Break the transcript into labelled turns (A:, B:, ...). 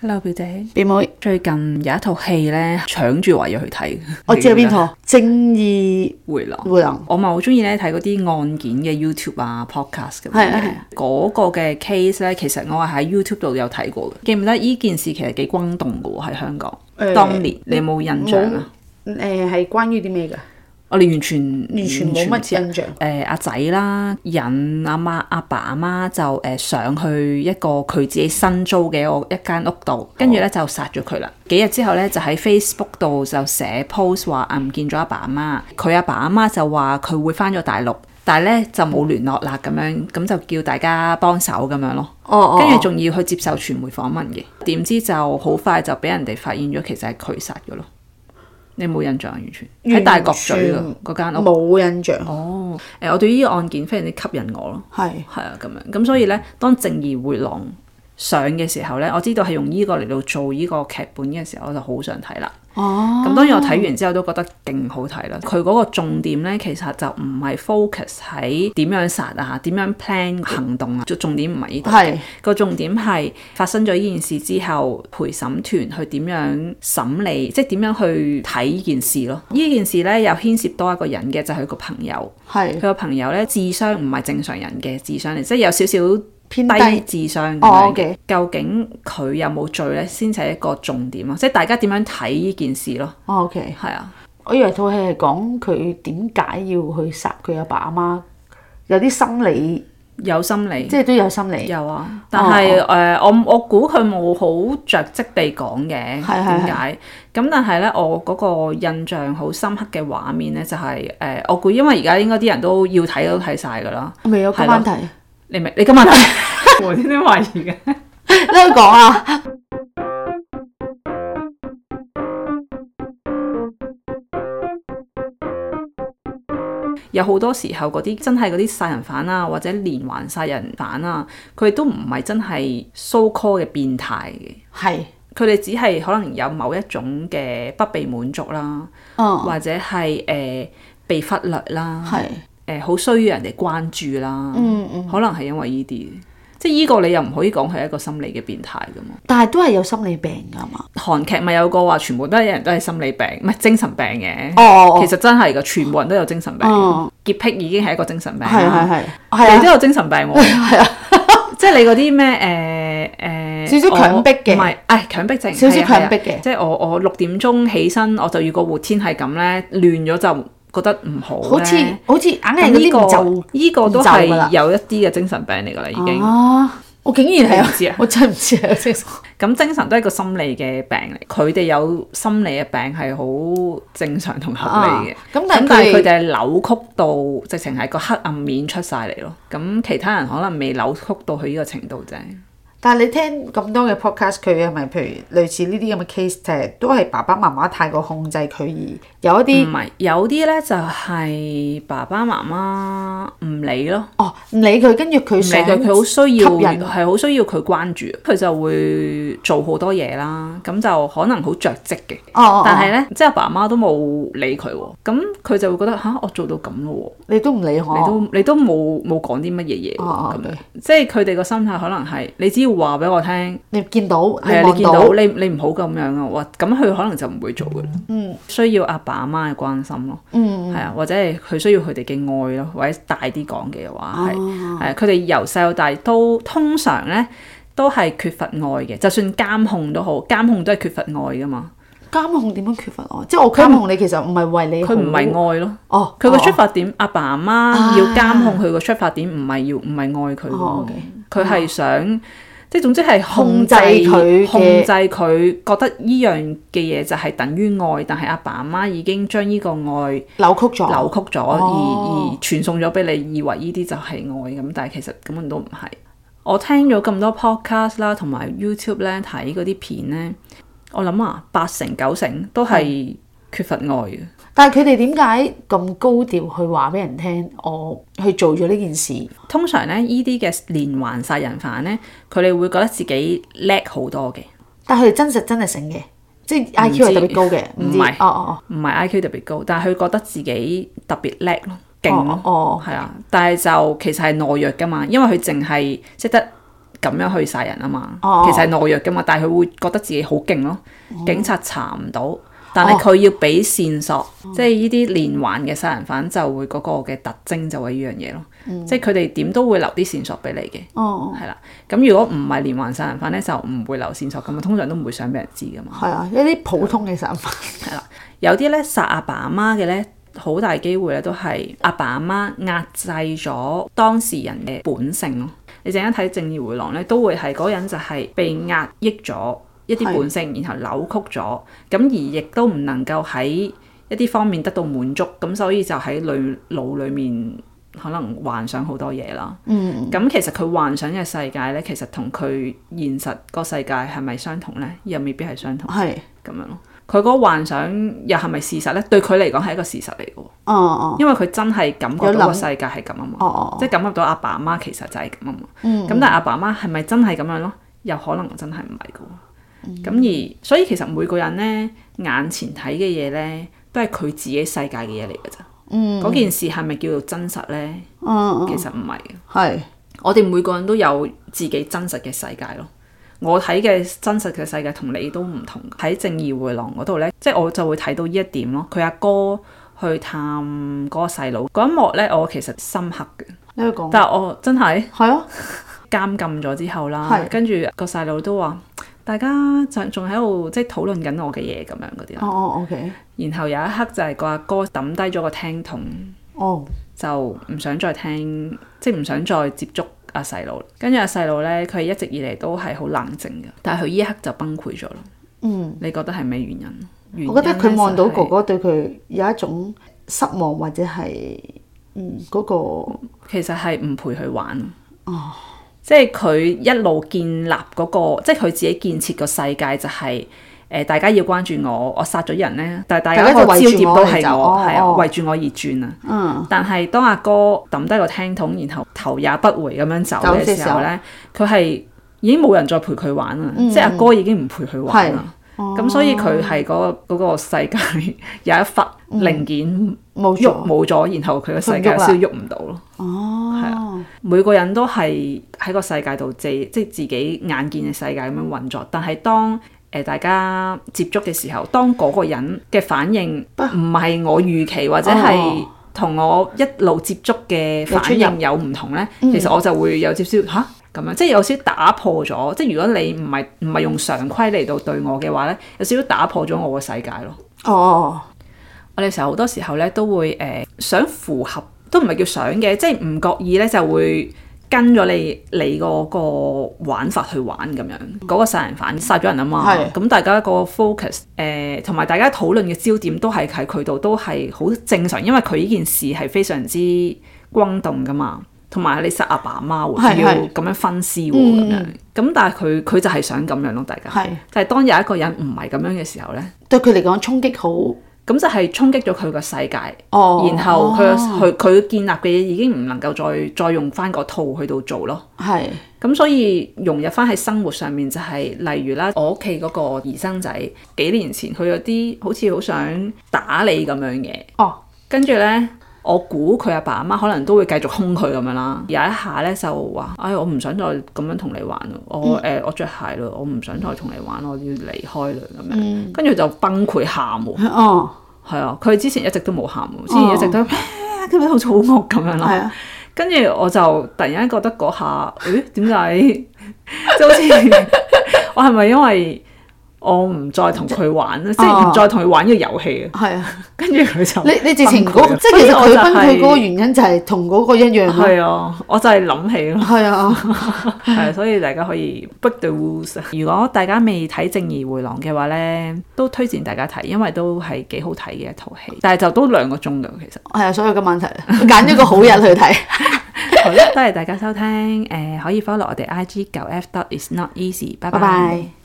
A: Hello 表姐，
B: 表妹，
A: 最近有一套戲咧，搶住話要去睇。
B: 我哦知有邊套《正義
A: 回廊》。
B: 回廊
A: 我咪好中意咧睇嗰啲案件嘅 YouTube 啊、podcast 咁樣
B: 係啊係
A: 嘅
B: 啊。
A: 嗰個嘅 case 咧，其實我係喺 YouTube 度有睇過嘅。記唔記得呢件事其實幾轟動嘅喎喺香港。
B: 誒
A: 當年你有冇印象啊？
B: 誒係關於啲咩㗎？
A: 我哋完全
B: 完全冇
A: 唔知啊
B: 乜印象。
A: 誒阿仔啦，引阿媽阿爸阿媽就誒、上去一個佢自己新租嘅一個一間屋度，跟住咧就殺咗佢啦。幾日之後咧就喺 Facebook 度就寫 post 話啊唔見咗阿爸阿媽，佢阿爸阿媽就話佢會翻咗大陸，但係咧就冇聯絡啦咁樣，咁就叫大家幫手咁樣咯。
B: 哦哦
A: 跟住仲要去接受傳媒訪問嘅，點知就好快就俾人哋發現咗，其實係佢殺嘅咯。你冇印象啊完全喺大角咀嗰嗰間屋。
B: 冇印象，
A: 哦，誒、我對呢個案件非常之吸引我咯，
B: 係
A: 係啊，咁樣，咁所以咧，當《正義回廊》上嘅時候咧，我知道係用呢個嚟到做呢個劇本嘅時候，我就好想睇啦。
B: 哦，
A: 咁當然我睇完之後都覺得勁好睇啦。佢嗰個重點咧，其實就唔係 focus 喺點樣殺啊，點樣 plan 行動啊，重點唔係呢度。
B: 係
A: 個重點係發生咗呢件事之後，陪審團去點樣審理，即係點樣去睇呢件事咯。呢件事咧又牽涉多一個人嘅，就係、佢個朋友。佢
B: 係
A: 個朋友咧智商唔係正常人嘅智商嚟，即係有少少
B: 偏低。
A: 低智商咁
B: 哦
A: 樣嘅。
B: ，OK，
A: 究竟佢有冇罪咧，先至係一個重點啊咯。即係大家點樣睇呢件事咯。
B: 哦，OK，
A: 係啊，
B: 我以為套戲係講佢點解要去殺佢阿爸阿媽，有啲心理，
A: 有心理
B: 即係哦都有心理。
A: 有啊，但係誒、呃我我估佢冇好着跡地講嘅點
B: 係係
A: 解。咁但係咧，我嗰個印象好深刻嘅畫面咧，就係、呃我估因為而家應該啲人都要睇都睇晒㗎啦。
B: 未有今晚睇，
A: 你明？你今日 睇無端端懷疑嘅。
B: 你講啊，
A: 有好多時候嗰啲真係嗰啲殺人犯啊，或者連環殺人犯啊，佢哋都唔係真係 so call 嘅變態嘅，
B: 係，
A: 佢哋只係可能有某一種嘅不被滿足啦，
B: 嗯，
A: 或者係誒、呃被忽略啦，
B: 係，
A: 誒好、需要人哋關注啦，
B: 嗯嗯，
A: 可能係因為呢啲，即係呢個你又唔可以講係一個心理嘅變態噶嘛。
B: 但係都係有心理病㗎嘛。
A: 韓劇咪有個話全部都係人都係心理病，唔係精神病嘅，
B: 哦，
A: 其實真係噶，全部人都有精神病，
B: 嗯
A: 潔癖已經係一個精神病啦。
B: 係係係，係
A: 你
B: 啊，
A: 都有精神病 喎，係啊，即係你嗰啲咩誒誒，
B: 少少強迫嘅
A: 我唔係，唉，強迫症，
B: 少
A: 係
B: 少
A: 啊係啊
B: 強迫嘅
A: 即係我我六點鐘起身，我就遇個活天係咁咧，亂咗就覺得唔好
B: 好似
A: 咧
B: 好似硬係
A: 咁
B: 嗰
A: 呢
B: 啲唔就
A: 個呢個都
B: 唔就㗎啦
A: 係有一啲嘅精神病嚟㗎啦，已經。
B: 啊！我竟然係有
A: 你唔知啊
B: 我真係唔知啊！即係
A: 咁精神都係一個心理嘅病嚟，佢哋有心理嘅病係好正常同合理嘅。
B: 啊咁但係
A: 咁但係
B: 佢
A: 佢
B: 哋
A: 哋係扭曲到直情係個黑暗面出晒嚟咯。咁其他人可能未扭曲到佢呢個程度啫。
B: 但係你聽咁多嘅 podcast，佢係咪譬如類似呢啲咁嘅 case，就係都係爸爸媽媽太過控制佢而有一啲、
A: 唔係，有啲咧就係爸爸媽媽唔理咯，
B: 哦唔理佢，跟住佢
A: 唔
B: 哦
A: 理
B: 想
A: 佢，佢好需
B: 吸
A: 要
B: 引
A: 係好需要佢關注，佢就會做好多嘢啦。咁就可能好着跡嘅，
B: 哦哦，
A: 但係
B: 哦
A: 咧，即係爸媽都冇理佢喎。咁佢就會覺得吓、我做到咁咯
B: 你都唔理
A: 喎，你
B: 我，
A: 都你都冇冇講啲乜嘢嘢喎
B: 哦哦
A: 咁樣
B: OK，
A: 即係佢哋個心態可能係你只要話俾我聽。
B: 你見到
A: 係啊，
B: 你
A: 你
B: 望
A: 見到你你唔好咁樣啊，哇！咁佢可能就唔會做嘅啦。
B: 嗯，
A: 需要阿爸阿媽嘅關心咯，
B: 嗯
A: 係啊，或者係佢需要佢哋嘅愛咯，或者大啲講嘅話係
B: 哦
A: 係啊佢哋由細到大都通常咧都係缺乏愛嘅，就算監控都好，監控都係缺乏愛噶嘛，
B: 監控點樣缺乏我？即係我監控你其實唔係為你好，
A: 佢唔係愛咯。
B: 哦，
A: 佢個
B: 哦啊
A: 出發點，阿爸阿媽要監控佢個出發點，唔係要唔係愛佢
B: 哦
A: 喎
B: ，OK，哦
A: 佢係想即係總之係
B: 控
A: 控
B: 制
A: 制
B: 佢嘅
A: 控制佢覺得依樣嘅嘢就係等於愛，但係阿爸阿媽已經將呢個愛
B: 扭曲咗，
A: 扭曲咗，
B: 哦
A: 而而傳送咗俾你，以為呢啲就係愛咁，但係其實根本都唔係。我聽咗咁多 podcast 啦，同埋 YouTube 咧睇嗰啲片咧，我諗啊，八成九成都係缺乏愛嘅。
B: 但係佢哋點解咁高調去話俾人聽，我去做咗呢件事？
A: 通常咧，呢啲嘅連環殺人犯咧，佢哋會覺得自己叻好多嘅，
B: 但係佢哋真實真係醒嘅，即
A: 唔
B: 係 I Q
A: 知
B: 係特別高嘅，唔知
A: 唔係
B: 哦哦
A: 唔係 IQ 特別高，但係佢覺得自己特別叻咯，勁
B: 哦
A: 咯，
B: 哦，
A: 係啊。但係就其實係懦弱噶嘛，因為佢淨係識得咁樣去殺人啊嘛，
B: 哦
A: 其實係懦弱噶嘛，但係佢會覺得自己好勁咯，警察查唔到，但
B: 哦
A: 係佢要俾線索，即係呢啲連環嘅殺人犯就會嗰個嘅特徵就係呢樣嘢咯，
B: 嗯
A: 即係佢哋點都會留啲線索俾你嘅，
B: 哦，
A: 係啦、咁如果唔係連環殺人犯咧，就唔會留線索咁啊，通常都唔會想俾人知噶嘛。
B: 係啊，一啲普通嘅手法。
A: 有啲咧殺阿爸阿媽嘅咧，好大機會咧都係阿爸阿媽壓制咗當事人嘅本性咯。你陣間睇《正義回廊》咧，都會係嗰個人就係被壓抑咗一啲
B: 係
A: 本性，然後扭曲咗，咁而亦都唔能夠喺一啲方面得到滿足，咁所以就喺腦腦裏面可能幻想好多嘢啦。
B: 嗯，
A: 咁其實佢幻想嘅世界咧，其實同佢現實個世界係咪相同咧？又未必 係相同。
B: 係，
A: 咁樣咯。佢嗰個幻想又係咪事實咧？對佢嚟講係一個事實嚟嘅喎，
B: 哦哦，
A: 因為佢真係感覺
B: 有
A: 到個
B: 諗
A: 世界係咁啊嘛，
B: 哦哦，嗯
A: 即係感覺到阿爸阿媽其實就係咁啊嘛。咁、但係阿爸阿媽係咪真係咁樣咯？有可能真係唔
B: 嗯
A: 係嘅喎。咁、而所以其實每個人咧眼前睇嘅嘢咧，都係佢自己世界嘅嘢嚟嘅咋。嗰、件事係咪叫做真實咧？
B: 嗯，
A: 其實唔係嘅。
B: 係，
A: 我哋每個人都有自己真實嘅世界咯。我睇嘅真實嘅世界同你都唔同。喺《正義回廊》嗰度呢，即係我就會睇到呢一點咯。佢阿哥去探嗰個細佬嗰一幕呢，我其實深刻嘅。
B: 你去講，
A: 但係我真係
B: 係啊，
A: 監禁咗之後啦，
B: 係
A: 跟住個細佬都話。大家就仲喺度即係討論緊我嘅嘢咁樣嗰啲啦，
B: 哦哦，OK，
A: 然後有一刻就係個阿哥抌低咗個聽筒，
B: 哦，
A: 就唔想再聽，即係唔想再接觸阿細佬。跟住阿細佬呢，佢一直以嚟都係好冷靜嘅，但係佢依一刻就崩潰咗咯。
B: 嗯，
A: 你覺得係咩原因？原因
B: 我覺得佢望到
A: 呢就
B: 哥
A: 係，
B: 哥對佢有一種失望或者係，嗯，嗰個
A: 其實係唔陪佢玩。哦，即係佢一路建立嗰、個，即係佢自己建設個世界就係、誒大家要關注我，我殺咗人呢，但係大家
B: 大家
A: 個
B: 就
A: 焦
B: 圍
A: 點
B: 住我
A: 都係
B: 嚟
A: 我，
B: 走
A: 係啊，
B: 哦哦
A: 圍住我而轉啊！
B: 嗯，
A: 但係當阿哥抌低個聽筒，然後頭也不回咁樣走
B: 走
A: 嘅
B: 嘅
A: 時
B: 時
A: 候
B: 候嗯
A: 咧，佢係已經冇人再陪佢玩啦，即係阿哥已經唔陪佢玩啦。
B: 哦
A: 咁所以佢係嗰嗰個世界 有一忽零件
B: 冇
A: 喐
B: 錯，
A: 冇咗，然後佢個世界
B: 嗯佢唔喐啦
A: 先喐唔到咯。
B: 哦，
A: 每個人都係喺個世界度自即係自己眼見嘅世界咁樣運作，但係當誒、呃大家接觸嘅時候，當嗰個人嘅反應唔係我預期或者係
B: 哦
A: 同我一路接觸嘅反應有唔同呢，其實我就會有少少吓咁樣，即係有少少打破咗。即係如果你唔係唔係用常規嚟到對我嘅話呢，有少少打破咗我嘅世界咯。
B: 哦，
A: 我哋成日好多時候咧都會誒、呃想符合，都唔係叫想嘅，即係唔覺意咧就會跟咗你你嗰個玩法去玩咁樣。嗰、個殺人犯殺咗人啊嘛，
B: 係
A: 咁大家個 focus 誒同埋大家討論嘅焦點都係喺佢度，都係好正常，因為佢呢件事係非常之轟動噶嘛。同埋你殺阿爸阿媽喎，
B: 係
A: 仲要
B: 係嗯
A: 咁樣分屍喎咁樣，咁但係佢佢就係想咁樣咯，大家。
B: 係，
A: 但係當有一個人唔係咁樣嘅時候咧，
B: 對佢嚟講衝擊好，
A: 咁就係衝擊咗佢個世界。
B: 哦，
A: 然後佢佢佢建立嘅嘢已經唔能夠再再用翻個套去到做咯。
B: 係，
A: 咁所以融入翻喺生活上面就係、例如啦，我屋企嗰個兒生仔幾年前佢有啲好似好想打你咁樣嘅，
B: 哦，
A: 跟住呢，我估佢阿爸阿媽可能都會繼續兇佢咁樣啦。有一下呢，就話：，唉、我唔想再咁樣同你玩咯，我誒、呃我着鞋咯，我唔想再同你玩，我要離開啦咁樣。跟住、就崩潰喊喎。
B: 哦，
A: 係啊，佢之前一直都冇喊喎，之前一直都 咁樣好似好惡咁樣
B: 係
A: 啦。
B: 啊，
A: 跟住我就突然間覺得嗰下，誒點解 即係好似 我係咪因為我唔再同佢玩啊
B: 哦
A: 咧，即係唔再同佢玩呢個遊戲啊？
B: 係啊，
A: 跟住佢就
B: 你你之前
A: 崩
B: 嗰
A: 潰啊
B: 即係其實
A: 所以我就
B: 佢崩
A: 係
B: 佢嗰個原因就係同嗰個一樣咯，
A: 係啊，我就係諗起咯，
B: 係啊。
A: 係所以大家可以 break the rules 啊。如果大家未睇《正義回廊》嘅話咧，都推薦大家睇，因為都係幾好睇嘅一套戲，但係就都兩個鐘㗎其實。
B: 係啊，所以今晚睇，揀咗個好日去睇。
A: 好啦，多謝大家收聽，誒、可以 follow 我哋 IG 九 F dot is not easy，拜
B: 拜
A: 拜
B: 拜。